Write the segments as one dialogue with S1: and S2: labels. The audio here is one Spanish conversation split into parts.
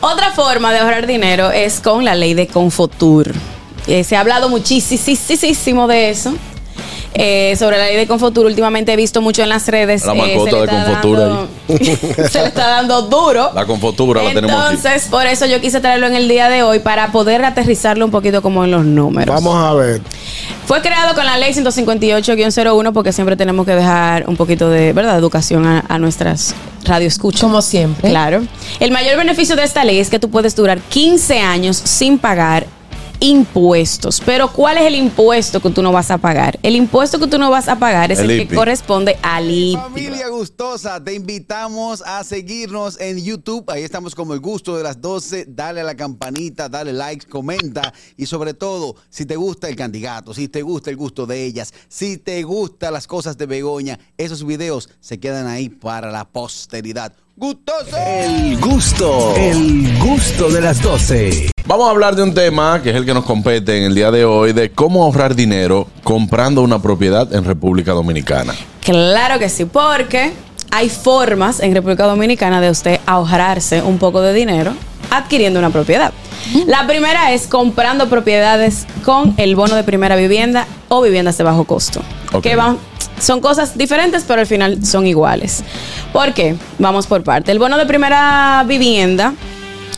S1: Otra forma de ahorrar dinero es con la ley de Confotur. Eh, se ha hablado muchísimo de eso. Eh, sobre la ley de Confotur, últimamente he visto mucho en las redes.
S2: La
S1: eh,
S2: mascota
S1: se le
S2: de
S1: está
S2: Confotur
S1: dando- se le está dando duro.
S2: La confotura la tenemos aquí.
S1: Entonces, por eso yo quise traerlo en el día de hoy para poder aterrizarlo un poquito como en los números.
S3: Vamos a ver.
S1: Fue creado con la ley 158-01 porque siempre tenemos que dejar un poquito de ¿verdad? educación a, a nuestras radioescuchas.
S4: Como siempre.
S1: Claro. El mayor beneficio de esta ley es que tú puedes durar 15 años sin pagar impuestos. Pero ¿cuál es el impuesto que tú no vas a pagar? El impuesto que tú no vas a pagar es
S2: El
S1: el,
S2: IPI.
S1: que corresponde al IPI.
S5: Familia gustosa, te invitamos a seguirnos en YouTube. Ahí estamos como el gusto de las 12. Dale a la campanita, dale like, comenta y sobre todo, si te gusta el candidato, si te gusta el gusto de ellas, si te gustan las cosas de Begoña, esos videos se quedan ahí para la posteridad. ¡Gustoso!
S6: El gusto, el gusto de las 12.
S2: Vamos a hablar de un tema que es el que nos compete en el día de hoy, de cómo ahorrar dinero comprando una propiedad en República Dominicana.
S1: Claro que sí, porque hay formas en República Dominicana de usted ahorrarse un poco de dinero adquiriendo una propiedad. La primera es comprando propiedades con el bono de primera vivienda o viviendas de bajo costo.
S2: Ok.
S1: Que van, son cosas diferentes, pero al final son iguales. ¿Por qué? Vamos por parte. El bono de primera vivienda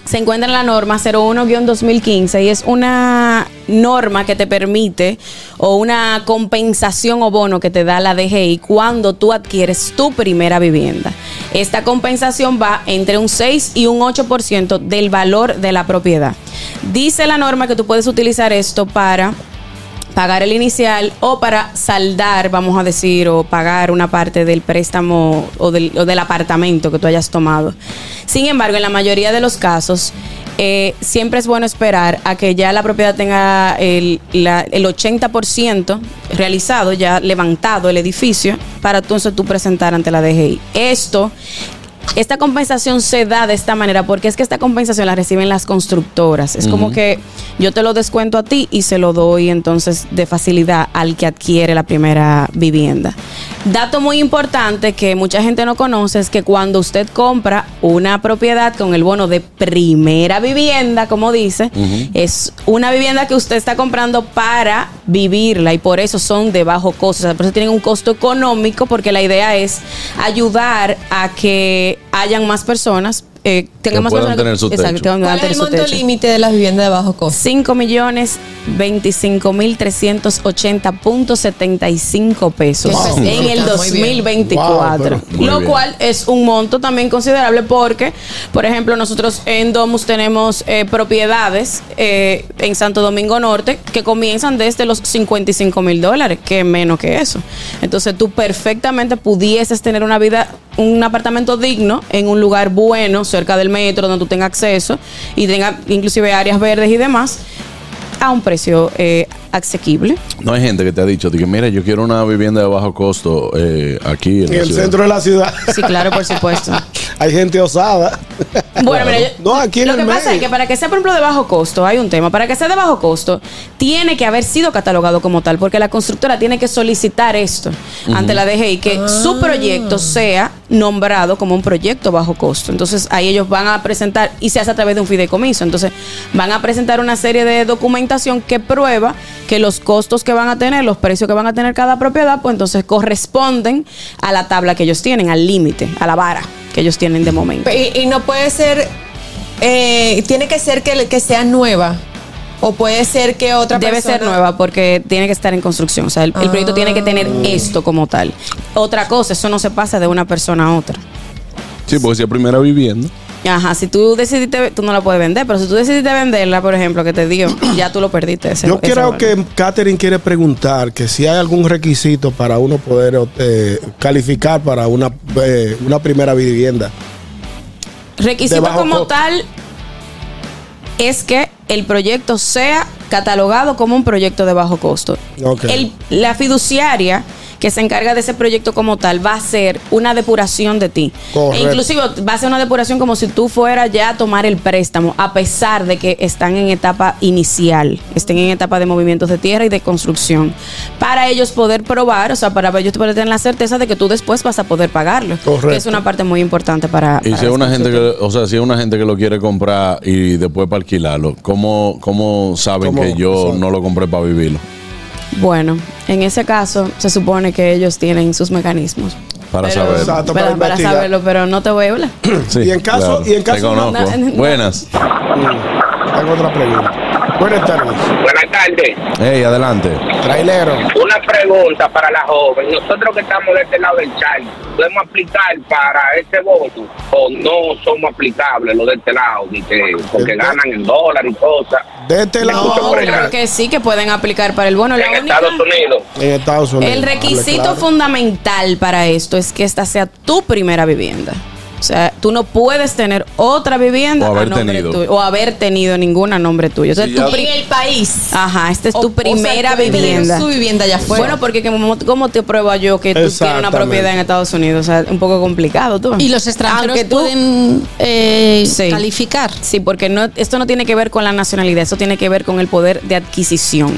S1: se encuentra en la norma 01-2015 y es una norma que te permite o una compensación o bono que te da la DGI cuando tú adquieres tu primera vivienda. Esta compensación va entre un 6 y un 8% del valor de la propiedad. Dice la norma que tú puedes utilizar esto para pagar el inicial o para saldar, vamos a decir, o pagar una parte del préstamo o del, o del apartamento que tú hayas tomado. Sin embargo, en la mayoría de los casos, eh, siempre es bueno esperar a que ya la propiedad tenga el, la- el 80% realizado, ya levantado el edificio, para entonces tú presentar ante la DGI. Esto esta compensación se da de esta manera porque es que esta compensación la reciben las constructoras. Es como que yo te lo descuento a ti y se lo doy entonces de facilidad al que adquiere la primera vivienda. Dato muy importante que mucha gente no conoce es que cuando usted compra una propiedad con el bono de primera vivienda, como dice, es una vivienda que usted está comprando para vivirla y por eso son de bajo costo. O sea, por eso tienen un costo económico porque la idea es ayudar a que hayan más personas, eh, tengan
S2: Que
S1: más
S2: puedan
S1: personas
S2: tener su
S1: Exacto,
S2: techo.
S1: que puedan
S4: ¿Cuál es
S1: tener
S4: el
S1: su
S4: monto
S1: techo.
S4: límite de las viviendas de bajo costo?
S1: 5 millones 25 mil 380.75 pesos
S4: Wow.
S1: en el
S4: Está muy bien.
S1: 2024.
S3: Wow,
S2: pero- Muy
S1: lo
S2: bien.
S1: cual es un monto también considerable porque, por ejemplo, nosotros en Domus tenemos eh, propiedades eh, en Santo Domingo Norte que comienzan desde los 55 mil dólares, que es menos que eso. Entonces tú perfectamente pudieses tener una vida, un apartamento digno en un lugar bueno, cerca del metro, donde tú tengas acceso y tenga inclusive áreas verdes y demás a un precio eh, asequible.
S2: No hay gente que te ha dicho, dije, mira, yo quiero una vivienda de bajo costo eh, aquí en
S3: En
S2: la
S3: el
S2: ciudad".
S3: centro de la ciudad
S1: Sí, claro, por supuesto.
S3: hay gente osada.
S1: Bueno, mira, yo-
S3: No, aquí en
S1: lo
S3: el
S1: que pasa
S3: medio.
S1: es que para que sea, por ejemplo, de bajo costo, hay un tema. Para que sea de bajo costo, tiene que haber sido catalogado como tal, porque la constructora tiene que solicitar esto ante la DGI, que
S3: Ah.
S1: su proyecto sea nombrado como un proyecto bajo costo. Entonces, ahí ellos van a presentar, y se hace a través de un fideicomiso. Entonces, van a presentar una serie de documentación que prueba que los costos que van a tener, los precios que van a tener cada propiedad, pues entonces corresponden a la tabla que ellos tienen, al límite, a la vara que ellos tienen de momento.
S4: Y, y no puede ser, eh, tiene que ser que, que sea nueva. O puede ser que otra
S1: Debe
S4: persona.
S1: ser nueva porque tiene que estar en construcción. O sea, el, el proyecto tiene que tener
S4: Ah.
S1: esto como tal. Otra cosa, eso no se pasa de una persona a otra.
S2: Sí, porque si es primera vivienda.
S1: Ajá, si tú decidiste, tú no la puedes vender, pero si tú decidiste venderla, por ejemplo, que te dio, ya tú lo perdiste. ese-
S3: Yo
S1: esa
S3: creo
S1: valor.
S3: que Catherine quiere preguntar que si hay algún requisito para uno poder eh, calificar para una, eh, una primera vivienda. de
S1: Requisito
S3: bajo
S1: como
S3: costo.
S1: tal es que el proyecto sea catalogado como un proyecto de bajo costo.
S3: Ok.
S1: El- la fiduciaria que se encarga de ese proyecto como tal, va a ser una depuración de ti.
S3: Correcto.
S1: E inclusive va a ser una depuración como si tú fueras ya a tomar el préstamo, a pesar de que están en etapa inicial, estén en etapa de movimientos de tierra y de construcción. Para ellos poder probar, o sea, para ellos poder tener la certeza de que tú después vas a poder pagarlo. Que es
S3: Correcto.
S1: una parte muy importante para...
S2: Y
S1: para
S2: si es
S3: Ah,
S2: una
S1: las
S2: gente que,
S1: constructoras.
S2: o sea, si es una gente que lo quiere comprar y después para alquilarlo, ¿cómo, cómo saben
S3: ¿Cómo?
S2: que yo
S3: Exacto.
S2: no lo compré para vivirlo?
S1: Bueno, en ese caso se supone que ellos tienen sus mecanismos.
S2: Para
S1: Pero-
S2: saberlo.
S3: Exacto,
S1: pero-
S3: para
S1: para,
S3: investigar.
S1: saberlo, pero no te voy a hablar.
S2: Sí,
S3: Y en caso- y en caso-
S2: Te conozco.
S1: no, no, no.
S2: Buenas.
S3: Tengo otra pregunta. Buenas tardes.
S7: Buenas tardes.
S2: Hey, adelante.
S3: Trailero.
S7: Una pregunta para la joven. Nosotros que estamos de este lado del charco, ¿podemos aplicar para ese voto o no somos aplicables los de este lado? Ni que- porque ganan en dólar y cosas.
S3: De este lado,
S1: No,
S3: hombre,
S1: claro que sí que pueden aplicar para el bono. La
S7: en
S1: única-
S7: Estados Unidos.
S3: en Estados Unidos.
S1: el requisito
S3: Claro.
S1: fundamental para esto es que esta sea tu primera vivienda. O sea, tú no puedes tener otra vivienda
S2: O haber
S1: a nombre
S2: tenido.
S1: tuyo, o haber tenido ninguna a nombre tuyo. O sea,
S2: Sí,
S1: tu
S2: ya-
S1: pri-
S4: En el país.
S1: Ajá, esta Ah, es tu
S4: O- o sea,
S1: primera
S4: puede tener
S1: vivienda.
S4: Su vivienda allá afuera.
S1: Bueno, porque como- ¿cómo te pruebo yo que tú tienes una
S3: Exactamente.
S1: propiedad en Estados Unidos? O sea, un poco complicado tú.
S8: Y los extranjeros
S1: Aunque tú-
S8: pueden eh,
S1: Sí.
S8: calificar.
S1: Sí, porque no, esto no tiene que ver con la nacionalidad, esto tiene que ver con el poder de adquisición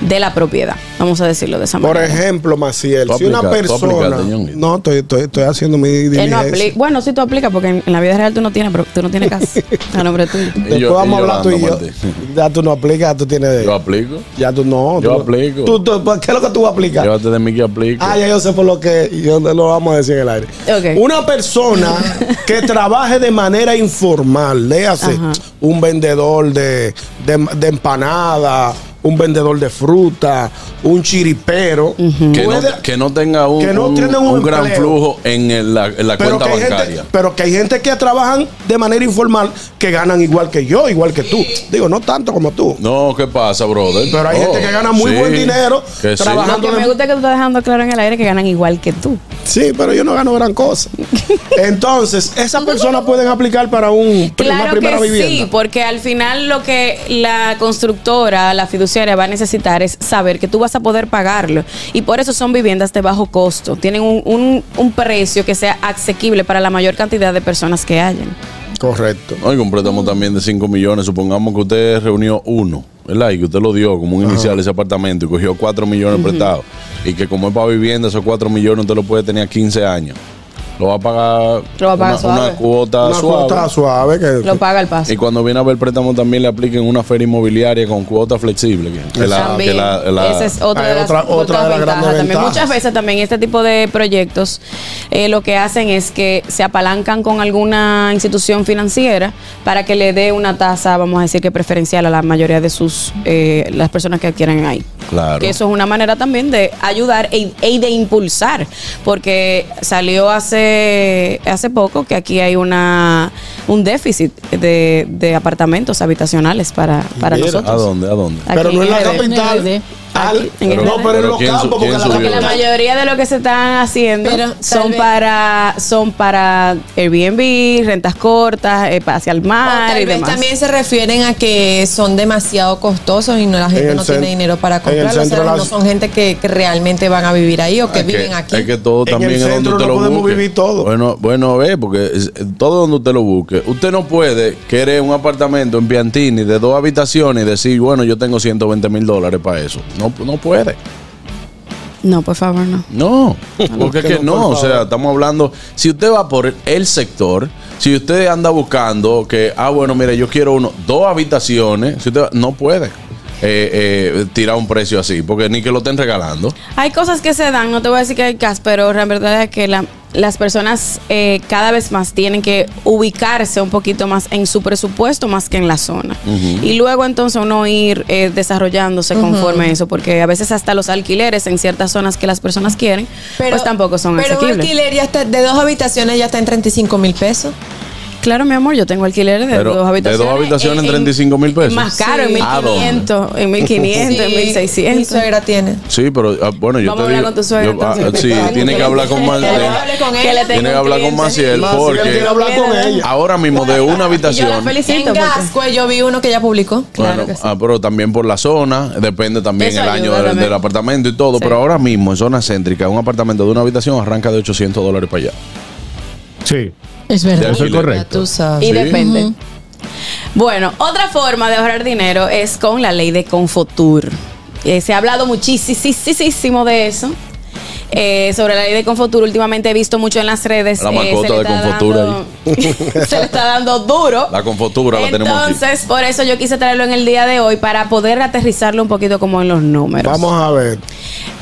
S1: de la propiedad. Vamos a decirlo de esa
S3: Por
S1: manera.
S3: ejemplo, Maciel,
S2: Tú
S3: si una
S2: aplicaste, tú
S3: persona.
S2: aplicaste, Ñonguito.
S3: No, estoy, estoy, estoy haciendo mi
S1: Él no
S3: diligencia.
S1: apli- bueno, sí tú aplicas porque en, en la vida real tú no tienes, pro- tú no tienes casa a nombre tuyo.
S2: Y
S3: Después
S2: yo- y
S3: vamos a hablar tú y yo.
S2: Yolanda, Martín.
S3: Ya tú no aplicas, ya tú tienes.
S2: Yo aplico.
S3: ya tú no.
S2: Yo
S3: tú-
S2: aplico.
S3: tú- tú- ¿Qué es lo que tú aplicas?
S2: Llévate de mí que aplico.
S3: Ah, ya yo sé por lo que yo no lo vamos a decir en el aire.
S1: Ok.
S3: Una persona que trabaje de manera informal, léase,
S1: Ajá.
S3: un vendedor de, de, de empanada, un vendedor de fruta, un chiripero,
S2: que,
S3: puede-
S2: no, que no tenga un,
S3: que no
S2: un-
S3: tienen un
S2: un gran
S3: empleo.
S2: flujo en, el- la, en la
S3: pero,
S2: cuenta
S3: que hay
S2: bancaria.
S3: gente, pero que hay gente que trabajan de manera informal que ganan igual que yo, igual que tú. Digo, no tanto como tú.
S2: No, ¿qué pasa, brother?
S3: Pero hay
S2: Oh,
S3: gente que gana muy buen dinero
S2: Que sí.
S3: trabajando.
S1: Lo que me gusta es que tú estás dejando claro en el aire que ganan igual que tú.
S3: Sí, pero yo no gano gran cosa. Entonces, esas personas pueden aplicar para un, una
S1: Claro
S3: primera
S1: que
S3: vivienda.
S1: sí, porque al final lo que la constructora, la fiduciaria va a necesitar es saber que tú vas a poder pagarlo. Y por eso son viviendas de bajo costo. Tienen un, un- un precio que sea asequible para la mayor cantidad de personas que hayan.
S3: Correcto.
S2: No, y completamos también de 5 millones. Supongamos que usted reunió uno, ¿verdad? Y que usted lo dio como un inicial ese apartamento y cogió 4 millones prestados. Y que como es para vivienda, esos 4 millones usted lo puede tener a 15 años. Lo va a pagar,
S1: Lo va a pagar
S2: una,
S1: suave.
S2: una cuota
S3: Una
S2: Ah, suave.
S3: cuota suave que
S1: Lo paga el paso.
S2: Y cuando viene a ver el préstamo también le apliquen una feria inmobiliaria con cuota flexible. Que, que la, que
S1: También.
S2: la- la-
S1: Esa es otra
S3: Hay
S1: de las,
S3: Ah, otra- otra
S1: otras
S3: de las
S1: ventajas
S3: grandes
S1: también.
S3: ventajas.
S1: Muchas veces también este tipo de proyectos eh, lo que hacen es que se apalancan con alguna institución financiera para que le dé una tasa, vamos a decir que preferencial a la mayoría de sus eh, las personas que adquieren ahí.
S2: Claro.
S1: Que eso es una manera también de ayudar e, y de impulsar, porque salió hace hace poco que aquí hay una un déficit de, de apartamentos habitacionales para, para
S3: Mira,
S2: ¿A
S1: nosotros.
S2: dónde? ¿A dónde?
S1: Aquí
S3: pero no en la
S1: RD.
S8: En
S3: capital.
S8: RD.
S3: Al-
S1: Aquí, en RD.
S3: no, pero en
S2: Pero
S3: los
S2: ¿quién su-
S3: campos,
S2: quién
S3: porque la
S2: subió?
S1: Porque la
S3: capital.
S1: mayoría de lo que se están haciendo
S8: Pero, tal
S1: son
S8: vez-
S1: para son para Airbnb, rentas cortas, eh, pa- hacia el
S4: O
S1: mar
S4: tal
S1: y
S4: vez
S1: demás.
S4: también se refieren a que son demasiado costosos y no, la gente
S3: el
S4: no
S3: cen-
S4: tiene dinero
S3: en
S4: para
S3: el
S4: comprarlos. O sea,
S3: centro de la-
S4: no son gente que, que realmente van a vivir ahí o que
S2: Es
S4: viven aquí.
S2: Es que todo
S3: En
S2: también
S3: el
S2: es donde
S3: centro
S2: usted
S3: no
S2: lo
S3: podemos
S2: busque.
S3: vivir todo.
S2: Bueno, bueno, ve, porque es- todo donde usted lo busque. Usted no puede querer un apartamento en Piantini de dos habitaciones y decir, bueno, yo tengo 120 mil dólares para eso. No, no puede.
S1: No, por favor, no.
S2: No, porque es
S3: Que
S2: que
S3: no,
S2: no,
S3: por
S2: o sea,
S3: favor.
S2: estamos hablando, si usted va por el sector, si usted anda buscando que, ah, bueno, mire, yo quiero uno, dos habitaciones, si usted va- no puede eh, eh, tirar un precio así, porque ni que lo estén regalando.
S1: Hay cosas que se dan, no te voy a decir que hay cas, pero la verdad es que la- las personas eh, cada vez más tienen que ubicarse un poquito más en su presupuesto más que en la zona. Y luego entonces uno ir eh, desarrollándose conforme a eso, porque a veces hasta los alquileres en ciertas zonas que las personas quieren, pues tampoco son
S4: pero un
S1: asequibles.
S4: alquiler ya está, de dos habitaciones ya está en 35 mil pesos.
S1: claro, mi amor, yo tengo alquileres de
S2: Pero,
S1: dos
S2: de dos
S1: habitaciones.
S2: habitaciones, 35 mil pesos. Ah,
S1: Más caro, en
S4: Sí.
S1: 1500, en 1500, en
S4: Sí, Mi
S1: 1600.
S4: suegra tiene.
S2: Sí, pero ah, bueno, yo
S1: Vamos a
S2: te
S1: hablar
S2: digo.
S1: con tu suegra,
S2: yo- ah,
S1: entonces.
S2: sí, tiene que hablar con Maciel.
S4: Que le hable con
S1: Que
S4: él.
S1: le tenga
S2: Tiene que
S1: un
S2: hablar con
S1: cliente.
S2: Maciel
S3: Más, él
S2: porque
S3: quiere hablar con ella.
S2: ahora mismo de
S1: Y
S2: una
S1: yo la
S2: habitación.
S1: felicito.
S4: En
S1: porque-
S4: Gasco yo vi uno que ella publicó.
S2: Bueno, ah, pero también por la zona, depende también
S1: Eso
S2: el año
S1: ayuda
S2: del,
S1: también.
S2: del apartamento y todo, pero ahora mismo en zona céntrica, un apartamento de una habitación arranca de 800 dólares para allá.
S9: Sí,
S8: Es
S2: De
S8: verdad.
S9: eso es
S2: alquiler.
S4: Ya
S9: correcto.
S4: tú sabes.
S1: Y
S2: Sí.
S1: depende. Bueno, otra forma de ahorrar dinero es con la ley de Confotur. Eh, se ha hablado muchísimo de eso. Eh, sobre la ley de Confotur, últimamente he visto mucho en las redes.
S2: La
S1: eh,
S2: mascota
S1: se le
S2: de
S1: está
S2: Confotur
S1: dando- se le está dando duro.
S2: La confotura la tenemos aquí.
S1: Entonces, por eso yo quise traerlo en el día de hoy para poder aterrizarlo un poquito como en los números.
S3: Vamos a ver.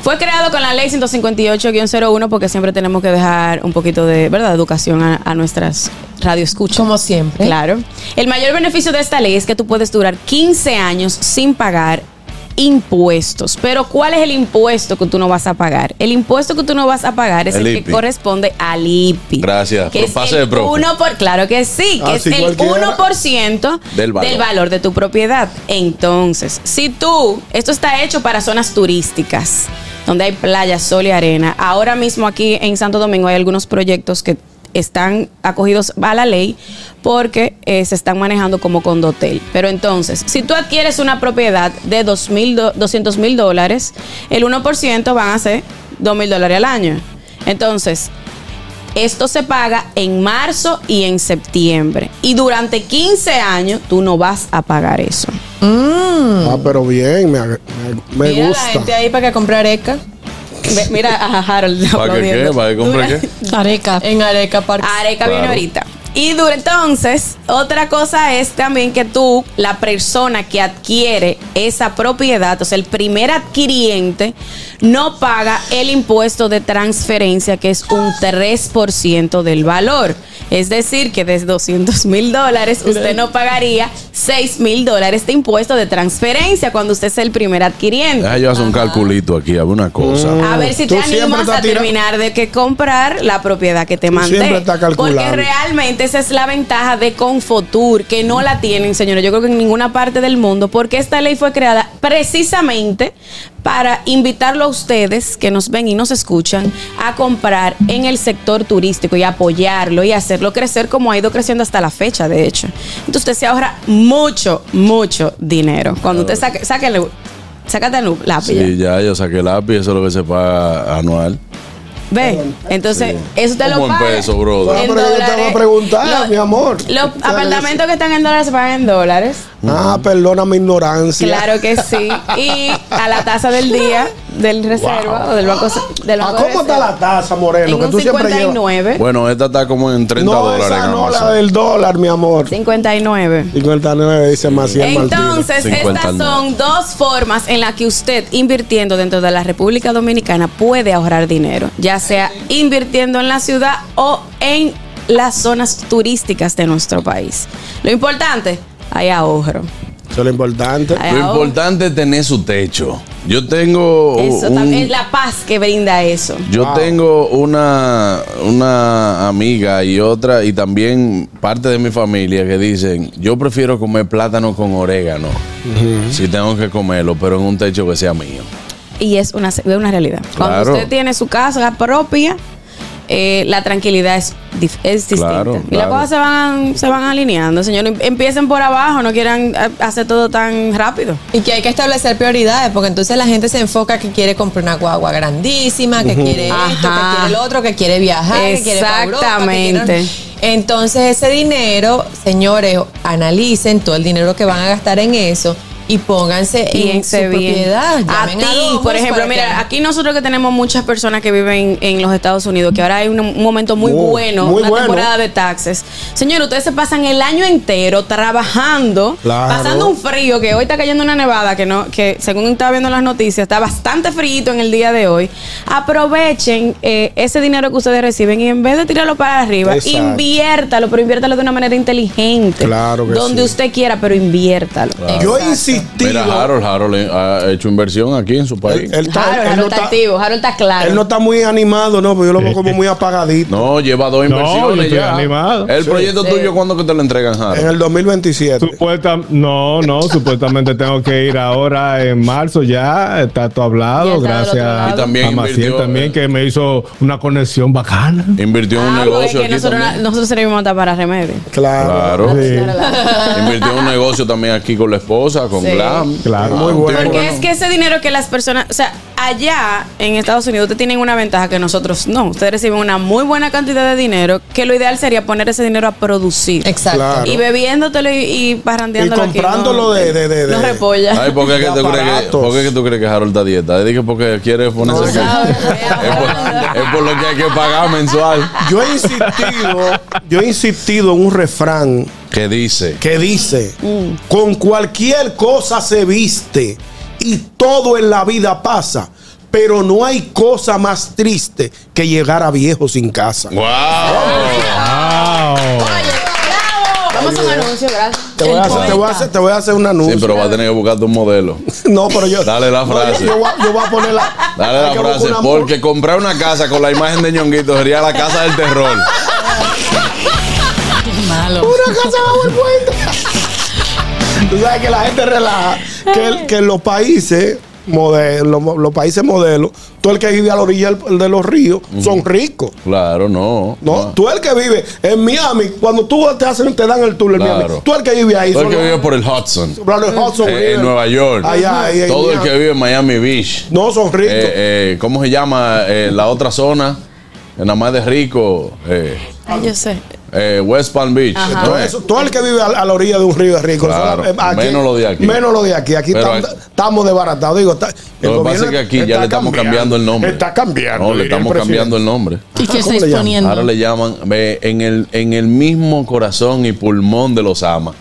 S1: Fue creado con la ley 158-01 porque siempre tenemos que dejar un poquito de, ¿verdad?, educación a, a nuestras radioescuchas.
S4: Como siempre.
S1: Claro. El mayor beneficio de esta ley es que tú puedes durar 15 años sin pagar impuestos. Pero ¿cuál es el impuesto que tú no vas a pagar? El impuesto que tú no vas a pagar es
S2: El
S1: el, que
S2: IPI.
S1: corresponde al IPI.
S2: Gracias.
S1: Que
S2: Pero
S1: es
S2: pase
S1: el
S2: de profe.
S1: uno por, claro que sí, que
S3: Así
S1: es el
S3: cualquiera.
S1: 1%
S2: Del valor.
S1: de tu propiedad. Entonces, si tú, esto está hecho para zonas turísticas, donde hay playa, sol y arena. Ahora mismo aquí en Santo Domingo hay algunos proyectos que están acogidos a la ley porque eh, se están manejando como condotel. Pero entonces, si tú adquieres una propiedad de 2000 do- 200 mil dólares, el 1% van a ser 2 mil dólares al año. Entonces, esto se paga en marzo y en septiembre. Y durante 15 años tú no vas a pagar eso.
S3: Ah, pero bien, me, me- me
S4: Mira la
S3: gusta.
S4: gente ahí para que comprar areca.
S1: Ve- Mira a Harold.
S2: ¿Para qué qué?
S1: aplaudiendo.
S2: ¿Para qué compre
S1: Dura-
S2: qué?
S8: Areca.
S4: En Areca Park.
S1: Areca viene
S2: Claro.
S1: ahorita. Y dura entonces, otra cosa es también que tú, la persona que adquiere esa propiedad, o sea, el primer adquiriente, no paga el impuesto de transferencia, que es un 3% del valor. Es decir, que desde 200 mil dólares usted no pagaría 6 mil dólares de impuesto de transferencia cuando usted es el primer adquiriente.
S2: Deja yo hacer un calculito aquí, a ver una cosa.
S1: Ah, A ver si
S3: Ah, Tú
S1: te
S3: siempre
S1: animas
S3: estás
S1: a
S3: tira-
S1: terminar de que comprar la propiedad que te
S3: Tú
S1: mandé.
S3: siempre estás calculando.
S1: Porque realmente esa es la ventaja de Confotur, que no la tienen, señores. Yo creo que en ninguna parte del mundo, porque esta ley fue creada precisamente para invitarlo a ustedes que nos ven y nos escuchan a comprar en el sector turístico y apoyarlo y hacerlo crecer como ha ido creciendo hasta la fecha, de hecho. Entonces usted se ahorra mucho, mucho dinero. Cuando usted saque, sáquenle, sácate el lápiz. ya.
S2: Sí, ya yo saqué el lápiz, eso es lo que se paga anual.
S1: ¿Ves? Entonces, eso te
S2: Un
S1: lo
S2: buen
S1: pagan
S2: peso, brother.
S3: Ah,
S1: en
S3: pero yo te
S1: dólares.
S3: voy a preguntar, mi amor.
S1: Los
S3: ¿Sabes?
S1: apartamentos que están en dólares se pagan en dólares.
S3: Ah, perdona mi ignorancia.
S1: Claro que sí. Y a la tasa del día del reserva o del banco. Del
S3: ¿A
S1: banco
S3: Ah, cómo
S1: de
S3: está
S1: reserva.
S3: la tasa, Moreno?
S1: En
S3: Que
S1: un
S3: tú siempre llevas.
S1: 59.
S2: Bueno, esta está como en 30
S3: No,
S2: dólares ¿eh?
S3: esa
S2: en
S3: no, la
S2: Amazon.
S3: del dólar, mi amor.
S1: 59.
S3: 59 dice Maciel Martínez.
S1: Entonces,
S2: 59.
S1: estas son dos formas en las que usted invirtiendo dentro de la República Dominicana puede ahorrar dinero, ya sea invirtiendo en la ciudad o en las zonas turísticas de nuestro país. Lo importante, hay ahorro.
S3: Eso es lo importante.
S1: Ay,
S2: Lo
S1: ahora.
S2: importante es tener su techo. Yo tengo
S1: Eso
S2: un-
S1: también, la paz que brinda eso.
S2: yo tengo una, una amiga y otra y también parte de mi familia que dicen, yo prefiero comer plátano con orégano si tengo que comerlo, pero en un techo que sea mío.
S1: Y es una, es una realidad. Cuando
S2: Claro.
S1: usted tiene su casa propia, eh, la tranquilidad es, dif- es distinta.
S2: Claro,
S1: y las
S2: claro.
S1: cosas se van, se van alineando, señor. Em- Empiecen por abajo, no quieran eh, hacer todo tan rápido.
S4: Y que hay que establecer prioridades, porque entonces la gente se enfoca que quiere comprar una guagua grandísima, que quiere esto,
S1: Ajá.
S4: que quiere el otro, que quiere viajar, que quiere pa' Europa, que quiere-
S1: Exactamente.
S4: Entonces ese dinero, señores, analicen todo el dinero que van a gastar en eso y pónganse en su
S1: Piense bien.
S4: propiedad.
S1: A
S4: Llamen
S1: ti,
S4: Domus
S1: por ejemplo,
S4: para que-
S1: mira, aquí nosotros que tenemos muchas personas que viven en los Estados Unidos, que ahora hay un, un momento muy
S3: Muy,
S1: bueno,
S3: muy
S1: una
S3: bueno.
S1: temporada de taxes. Señor, ustedes se pasan el año entero trabajando,
S3: Claro.
S1: pasando un frío, que hoy está cayendo una nevada, que no, que según estaba viendo las noticias, está bastante frío en el día de hoy. Aprovechen eh, ese dinero que ustedes reciben y en vez de tirarlo para arriba,
S3: Exacto.
S1: inviértalo, pero inviértalo de una manera inteligente.
S3: Claro que
S1: Donde
S3: sí.
S1: usted quiera, pero inviértalo.
S4: Claro.
S3: Yo
S4: Exacto.
S3: insistido.
S2: Mira, Harold, Harold eh, ha hecho inversión aquí
S9: Eh,
S2: en su país.
S3: Él, él está,
S1: Ah, Harold,
S3: él
S1: Harold
S3: no
S1: está
S3: está-
S1: activo, Harold está claro.
S3: él no está muy animado, no, pero yo lo veo como muy apagadito.
S2: no, lleva dos
S9: No, yo
S2: inversiones
S9: estoy
S2: ya.
S9: animado. Eh.
S2: El proyecto tuyo, ¿cuándo que te lo entregan,
S3: En
S2: Harold?
S3: el 2027.
S9: Supuesta, no, no, supuestamente tengo que ir ahora en marzo ya, está
S1: Ya
S9: todo hablado,
S1: está del
S9: gracias
S1: otro lado.
S2: Y también
S9: a Maciel
S2: invirtió,
S9: también
S2: eh.
S9: que me hizo una conexión bacana.
S2: Invirtió en un
S1: Ah, porque
S2: negocio
S1: que
S2: aquí
S1: nosotros,
S2: también.
S1: nosotros servimos hasta para remedio.
S3: Claro.
S2: Claro.
S9: Sí.
S2: Invirtió en un negocio también aquí con la esposa, con
S1: Sí.
S2: Glam.
S9: Claro.
S2: Ah,
S9: Muy
S2: un
S9: bueno.
S2: tipo-
S1: Porque es que ese dinero que las personas, o sea, allá en Estados Unidos ustedes tienen una ventaja que nosotros no. Ustedes reciben una muy buena cantidad de dinero, que lo ideal sería poner ese dinero a producir.
S4: Exacto.
S3: Claro.
S1: Y bebiéndotelo y, y parrandeándolo
S3: Y
S1: aquí,
S3: comprándolo
S1: no,
S3: de- de- de-
S1: no
S3: de-
S1: repolla.
S2: Ay, ¿por qué, que
S3: De
S2: tú crees que,
S3: aparatos.
S2: ¿por qué que tú crees que Harold está a dieta? Dije porque quiere ponerse
S3: No
S2: aquí.
S1: sabe,
S2: es, por,
S1: hablando.
S2: es por lo que hay que pagar mensual.
S3: Yo he insistido, yo he insistido en un refrán
S2: ¿Qué dice?
S3: que dice,
S1: Mm.
S3: con cualquier cosa se viste y todo en la vida pasa, pero no hay cosa más triste que llegar a viejo sin casa.
S2: ¡Wow!
S9: Wow.
S1: Oye, bravo. Vamos a un anuncio, gracias.
S3: Te voy, a hacer, te voy a hacer- te voy a hacer un anuncio.
S2: Sí, pero va a tener que buscarte un modelo.
S3: no, pero yo...
S2: Dale la
S3: no,
S2: frase.
S3: yo, yo voy a, yo voy a poner la...
S2: Dale
S3: hay
S2: la
S3: que buscar
S2: frase,
S3: una-
S2: porque comprar una casa con la imagen de ñonguito sería la casa del terror.
S3: Una casa bajo el puente. Tú sabes que la gente relaja. Que, el- que en los países modelos, los países modelos, todo el que vive a la orilla del- de los ríos son ricos.
S2: Claro, no.
S3: No, tú el que vive en Miami, cuando tú te hacen, te dan el tour en
S2: Claro.
S3: Miami. Tú el que vive ahí,
S2: Todo el
S3: son
S2: que
S3: los-
S2: vive por el Hudson,
S3: Brother Hudson
S2: eh,
S3: River.
S2: en Nueva York.
S3: Allá, ahí, ahí,
S2: Todo el
S3: Miami.
S2: que vive en Miami Beach.
S3: no son ricos.
S2: Eh, eh, ¿Cómo se llama eh, la otra zona? Eh, Nada más de rico. eh,
S1: Ay, yo sé.
S2: eh, West Palm Beach.
S1: Ajá.
S2: ¿no
S3: todo,
S2: es?
S3: eso- todo el que vive a, a la orilla de un río es rico.
S2: Claro,
S3: Solo- eh,
S2: menos lo de aquí.
S3: Menos lo de aquí. Aquí
S2: Pero
S3: tam-
S2: aquí-
S3: estamos desbaratados. Digo, está- el
S2: Lo que pasa
S3: gobierno
S2: es que aquí ya
S3: está
S2: le estamos cambiando el nombre.
S3: Está cambiando.
S2: No, le
S3: diría el
S2: estamos
S3: presidente.
S2: cambiando el nombre.
S8: ¿Y qué
S3: ¿Cómo
S8: estáis
S3: le llaman?
S8: poniendo?
S2: Ahora le llaman ve, en el, en el mismo corazón y pulmón de los Ama.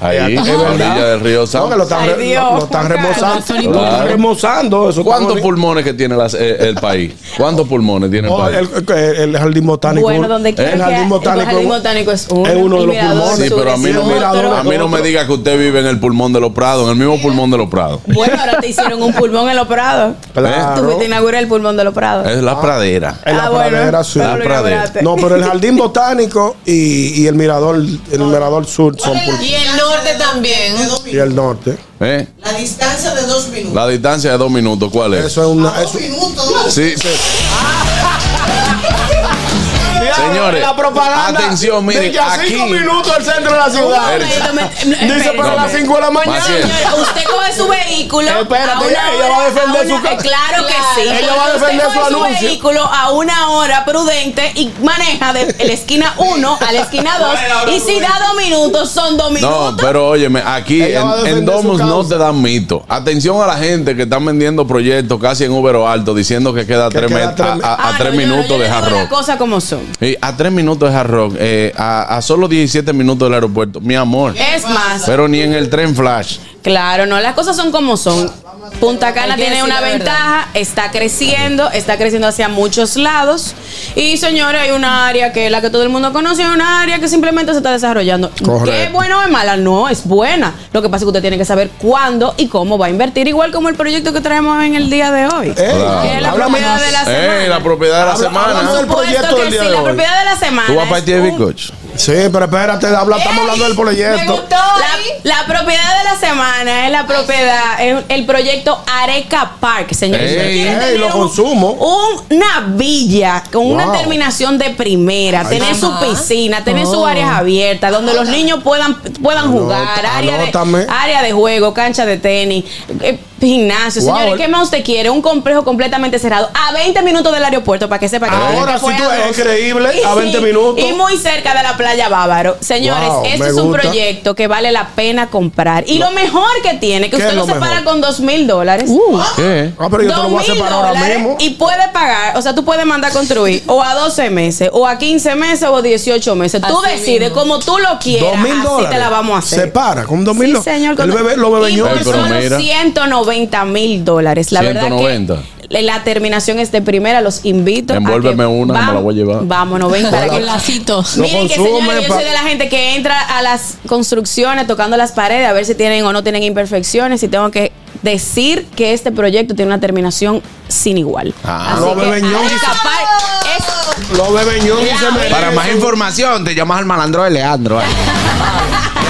S2: Ahí,
S3: Es
S2: a la
S3: verdad.
S2: orilla del río
S3: No, que
S2: Sama.
S3: lo están,
S1: Ay,
S3: re-
S1: Dios,
S3: lo- lo están
S1: Juan Carlos.
S3: remozando.
S8: Son
S3: Lo están
S2: Claro.
S3: remozando. Eso está
S2: ¿Cuántos
S3: bonito.
S2: pulmones que tiene las- eh, el país? ¿Cuántos pulmones tiene el
S3: Oh,
S2: país?
S3: el, el- el jardín botánico.
S1: Bueno, donde quiera
S3: El
S1: que-
S3: jardín
S1: el
S3: botánico,
S1: jardín botánico es uno,
S3: Es uno de
S1: el
S3: los
S1: mirador
S3: pulmones.
S2: Sí, pero a mí,
S1: es
S2: no,
S1: otro.
S2: a mí no me diga que usted vive en el pulmón de los Prados, en el mismo pulmón de los Prados.
S1: Bueno, ahora te hicieron un pulmón en los prados.
S3: Claro. Eh,
S1: Tú fuiste a inaugurar el pulmón de los prados. Ah,
S2: Es
S3: Ah.
S2: la pradera.
S3: En la pradera sur.
S1: pero lo
S2: La pradera.
S1: inauguraste.
S3: No, pero el jardín botánico y, y el mirador, el mirador sur son pul-
S4: Y el norte también.
S3: y el norte.
S2: ¿Eh?
S10: La distancia de dos minutos.
S2: La distancia de dos minutos, ¿cuál es?
S3: Eso es una. eso-
S10: minutos.
S2: Sí, Señores,
S3: la propaganda
S2: atención, mire,
S3: de que a cinco
S2: aquí-
S3: minutos del centro de la ciudad.
S2: Espérate.
S3: Dice
S1: Dice
S3: para
S2: No,
S3: las
S2: mira.
S3: 5 de la mañana.
S2: Maciel.
S1: Señora, usted coge su vehículo.
S3: Espérate, ella va a defender
S1: una-
S3: su ca-
S1: eh, Claro que sí.
S3: Ella va a
S1: Usted
S3: defender su
S1: coge
S3: anuncio.
S1: vehículo a una hora prudente y maneja de la esquina 1 a la esquina 2. Y si da dos minutos, son dos minutos.
S2: No, pero óyeme, aquí
S3: Ella
S2: en,
S3: va a defender
S2: en Domus
S3: su
S2: no
S3: causa.
S2: te dan mito. Atención a la gente que están vendiendo proyectos casi en Ubero Alto diciendo que queda,
S3: Que
S2: tres,
S3: queda
S2: met-
S3: tres
S2: a-
S3: me-
S2: a, a
S1: Ah,
S2: tres
S1: no, yo no,
S2: minutos
S1: yo
S2: de
S1: le
S2: Hard
S1: digo las
S2: Rock.
S1: cosas como son.
S2: Sí, a tres minutos de Hard Rock, eh, a, a solo 17 minutos del aeropuerto. Mi amor.
S1: Es más,
S2: Pero ni en el tren Flash.
S1: Claro, no, las cosas son como son. Punta Cana
S4: Hay que
S1: tiene
S4: decir
S1: una
S4: la verdad.
S1: ventaja, está creciendo, está creciendo hacia muchos lados. Y señores, hay una área que es la que todo el mundo conoce, hay una área que simplemente se está desarrollando. ¿Qué
S3: Correcto.
S1: bueno o es mala? No, es buena. Lo que pasa es que usted tiene que saber cuándo y cómo va a invertir, igual como el proyecto que traemos en el día de hoy.
S3: Ey,
S1: Que es la
S3: Eh, háblame-
S1: propiedad de la semana.
S2: Eh, la propiedad de la
S3: Habla-
S2: semana.
S3: hablamos del-
S1: Por supuesto
S3: proyecto
S1: que
S3: del día
S1: sí,
S3: de
S1: la
S3: hoy.
S1: propiedad de la semana.
S2: ¿Tú vas a
S1: es
S2: partir
S1: un-
S2: de bizcocho?
S3: Sí, pero espérate, habla- estamos hablando del
S4: me
S3: proyecto.
S4: gustó. ahí.
S1: La, la propiedad de la semana es la propiedad, es el proyecto Areca Park, señores.
S2: Ey,
S1: Ustedes quieren
S3: ey,
S1: tener
S3: lo
S1: un-
S3: consumo.
S1: un- una villa con una
S3: Wow.
S1: terminación de primera, tener su
S4: mamá.
S1: piscina, tener sus
S4: Oh.
S1: áreas abiertas, donde los niños puedan, puedan jugar, área
S3: anótame.
S1: de, área de juego, cancha de tenis, eh, gimnasio.
S3: Wow.
S1: Señores, ¿qué más usted quiere? Un complejo completamente cerrado a 20 minutos del aeropuerto para que sepa que la gente
S3: Ahora sí
S1: fue
S3: tú-
S1: a
S3: es
S1: dos.
S3: creíble, a 20 minutos.
S1: Y muy cerca de la playa Bávaro. Señores,
S3: Wow,
S1: este
S3: me
S1: es un
S3: gusta.
S1: proyecto proyecto que vale la pena comprar. Y lo mejor que tiene, que
S3: ¿Qué
S1: usted
S3: es
S1: lo,
S3: lo
S1: separa
S3: mejor?
S1: con dos mil dólares.
S2: ¿Qué?
S3: Ah, pero yo te lo
S1: Dos
S3: voy a
S1: mil
S3: separar ahora
S1: dólares
S3: mismo.
S1: y puede pagar, o sea, tú puedes mandar a construir o a 12 meses, o a 15 meses, o 18 meses. Tú
S4: Así
S1: decides
S4: mismo.
S1: como tú lo quieras,
S3: Dos mil
S1: así te
S3: dólares.
S1: la vamos a hacer.
S3: Separa, con dos mil
S1: Sí,
S3: dólares.
S1: señor.
S3: El
S1: con-
S3: bebé- los
S1: Y
S3: bebeñones
S1: por
S2: Pero
S1: solo
S2: mira.
S1: 190 mil dólares. La verdad
S2: 190.
S1: que La terminación es de primera. Los invito. a que
S2: Envuélveme una, me la voy a llevar.
S1: Vámonos, ven para
S2: Hola.
S1: que
S2: Con
S1: lacitos.
S2: Lo
S1: Miren que
S2: consume
S1: señores, yo
S2: pa-
S1: soy de la gente que entra a las construcciones tocando las paredes a ver si tienen o no tienen imperfecciones y tengo que decir que este proyecto tiene una terminación sin igual.
S11: Ah.
S1: Así
S11: Lo
S1: que
S11: beben
S1: hay
S11: ñonguis.
S1: que escapar. Es-
S3: Lo beben ñonguis, se me-
S11: Para más
S3: Eso.
S11: información, te llamas al malandro de Leandro. eh.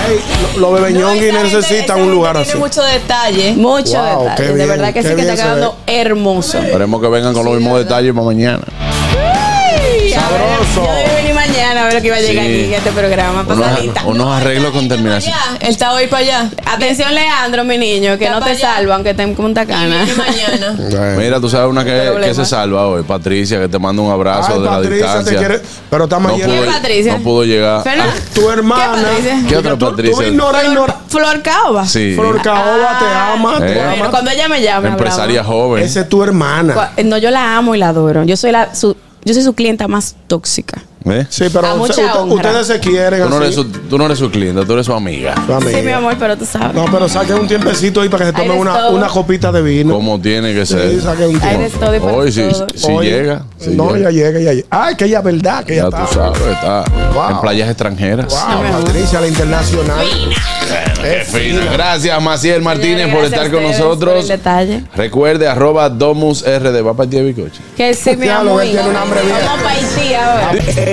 S11: ahí.
S3: Los bebeñonguis
S1: esa gente- esa
S3: necesitan un
S1: gente
S3: lugar
S1: tiene
S3: así.
S1: mucho detalle. Mucho
S3: Wow,
S1: detalle.
S3: qué
S1: de
S3: bien,
S1: verdad que sí
S3: qué
S1: que
S3: bien
S1: está
S3: se ve.
S1: quedando hermoso.
S2: Esperemos que vengan con los mismos detalles para mañana.
S1: Ay, a ver, Yo voy a venir mañana a ver lo que iba a llegar
S2: Sí.
S1: aquí a este programa.
S2: Unos,
S1: Pasadita.
S2: unos arreglos con terminación.
S1: Él está hoy para allá. Atención, Leandro, mi niño, que no te salvan, que está en Punta Cana.
S4: mañana.
S3: Eh.
S2: Mira, tú sabes una que,
S1: problema.
S2: que se salva hoy, Patricia, que te manda un abrazo
S3: Ay,
S2: de
S3: Patricia,
S2: la distancia.
S3: te quiere- pero está
S2: no
S3: mañana.
S2: pudo,
S1: ¿Quién, Patricia?
S2: no pudo llegar.
S1: Fernan-
S3: Tu hermana.
S1: Patricia?
S2: Ah, ¿Qué otra
S3: Tú
S2: Patricia?
S3: ignora, ignora.
S1: Flor Ah, Caoba.
S2: Sí.
S3: Flor Caoba te ama, te
S2: Eh.
S3: ama.
S1: Bueno, cuando ella me llame.
S2: Empresaria
S1: hablamos.
S2: joven.
S3: Esa es tu hermana.
S1: Cua- eh, No, yo la amo y la adoro. Yo soy la su, yo soy su clienta más tóxica.
S2: ¿Eh?
S3: Sí, pero
S1: A
S3: usted-
S1: mucha
S3: usted-
S1: honra.
S3: ustedes se quieren
S2: Tú no, eres
S3: así.
S2: su, tú no eres su cliente, tú eres su amiga.
S3: Tu amiga.
S1: Sí, mi amor, pero tú sabes.
S3: No, pero saquen un tiempecito ahí para que se
S1: Ahí
S3: tomen
S1: les
S3: una,
S1: todo.
S3: una copita de vino.
S2: Como tiene que
S3: Sí,
S2: ser.
S3: saquen un
S1: Ahí
S3: tiempo.
S1: les todo y para
S2: Hoy sí,
S1: todo.
S2: sí
S3: Hoy-
S2: llega. sí
S3: no,
S2: llega.
S3: ya llega, ya llega. Ah, es que ella es verdad, que
S2: Ya
S3: ella
S2: tú
S3: está.
S2: sabes, está
S3: Wow.
S2: en playas extranjeras.
S3: Wow, Patricia, la internacional.
S2: Qué fina. Gracias, Maciel Martínez, por
S1: Gracias a
S2: estar con
S1: ustedes Por el
S2: nosotros.
S1: detalle.
S2: Recuerde, arroba Domus RD. Va para ti, Bicoche.
S1: Que sí, mi
S3: Ya lo
S1: amor.
S3: ves, tiene un hambre bien.
S1: Vamos para Haití ahora.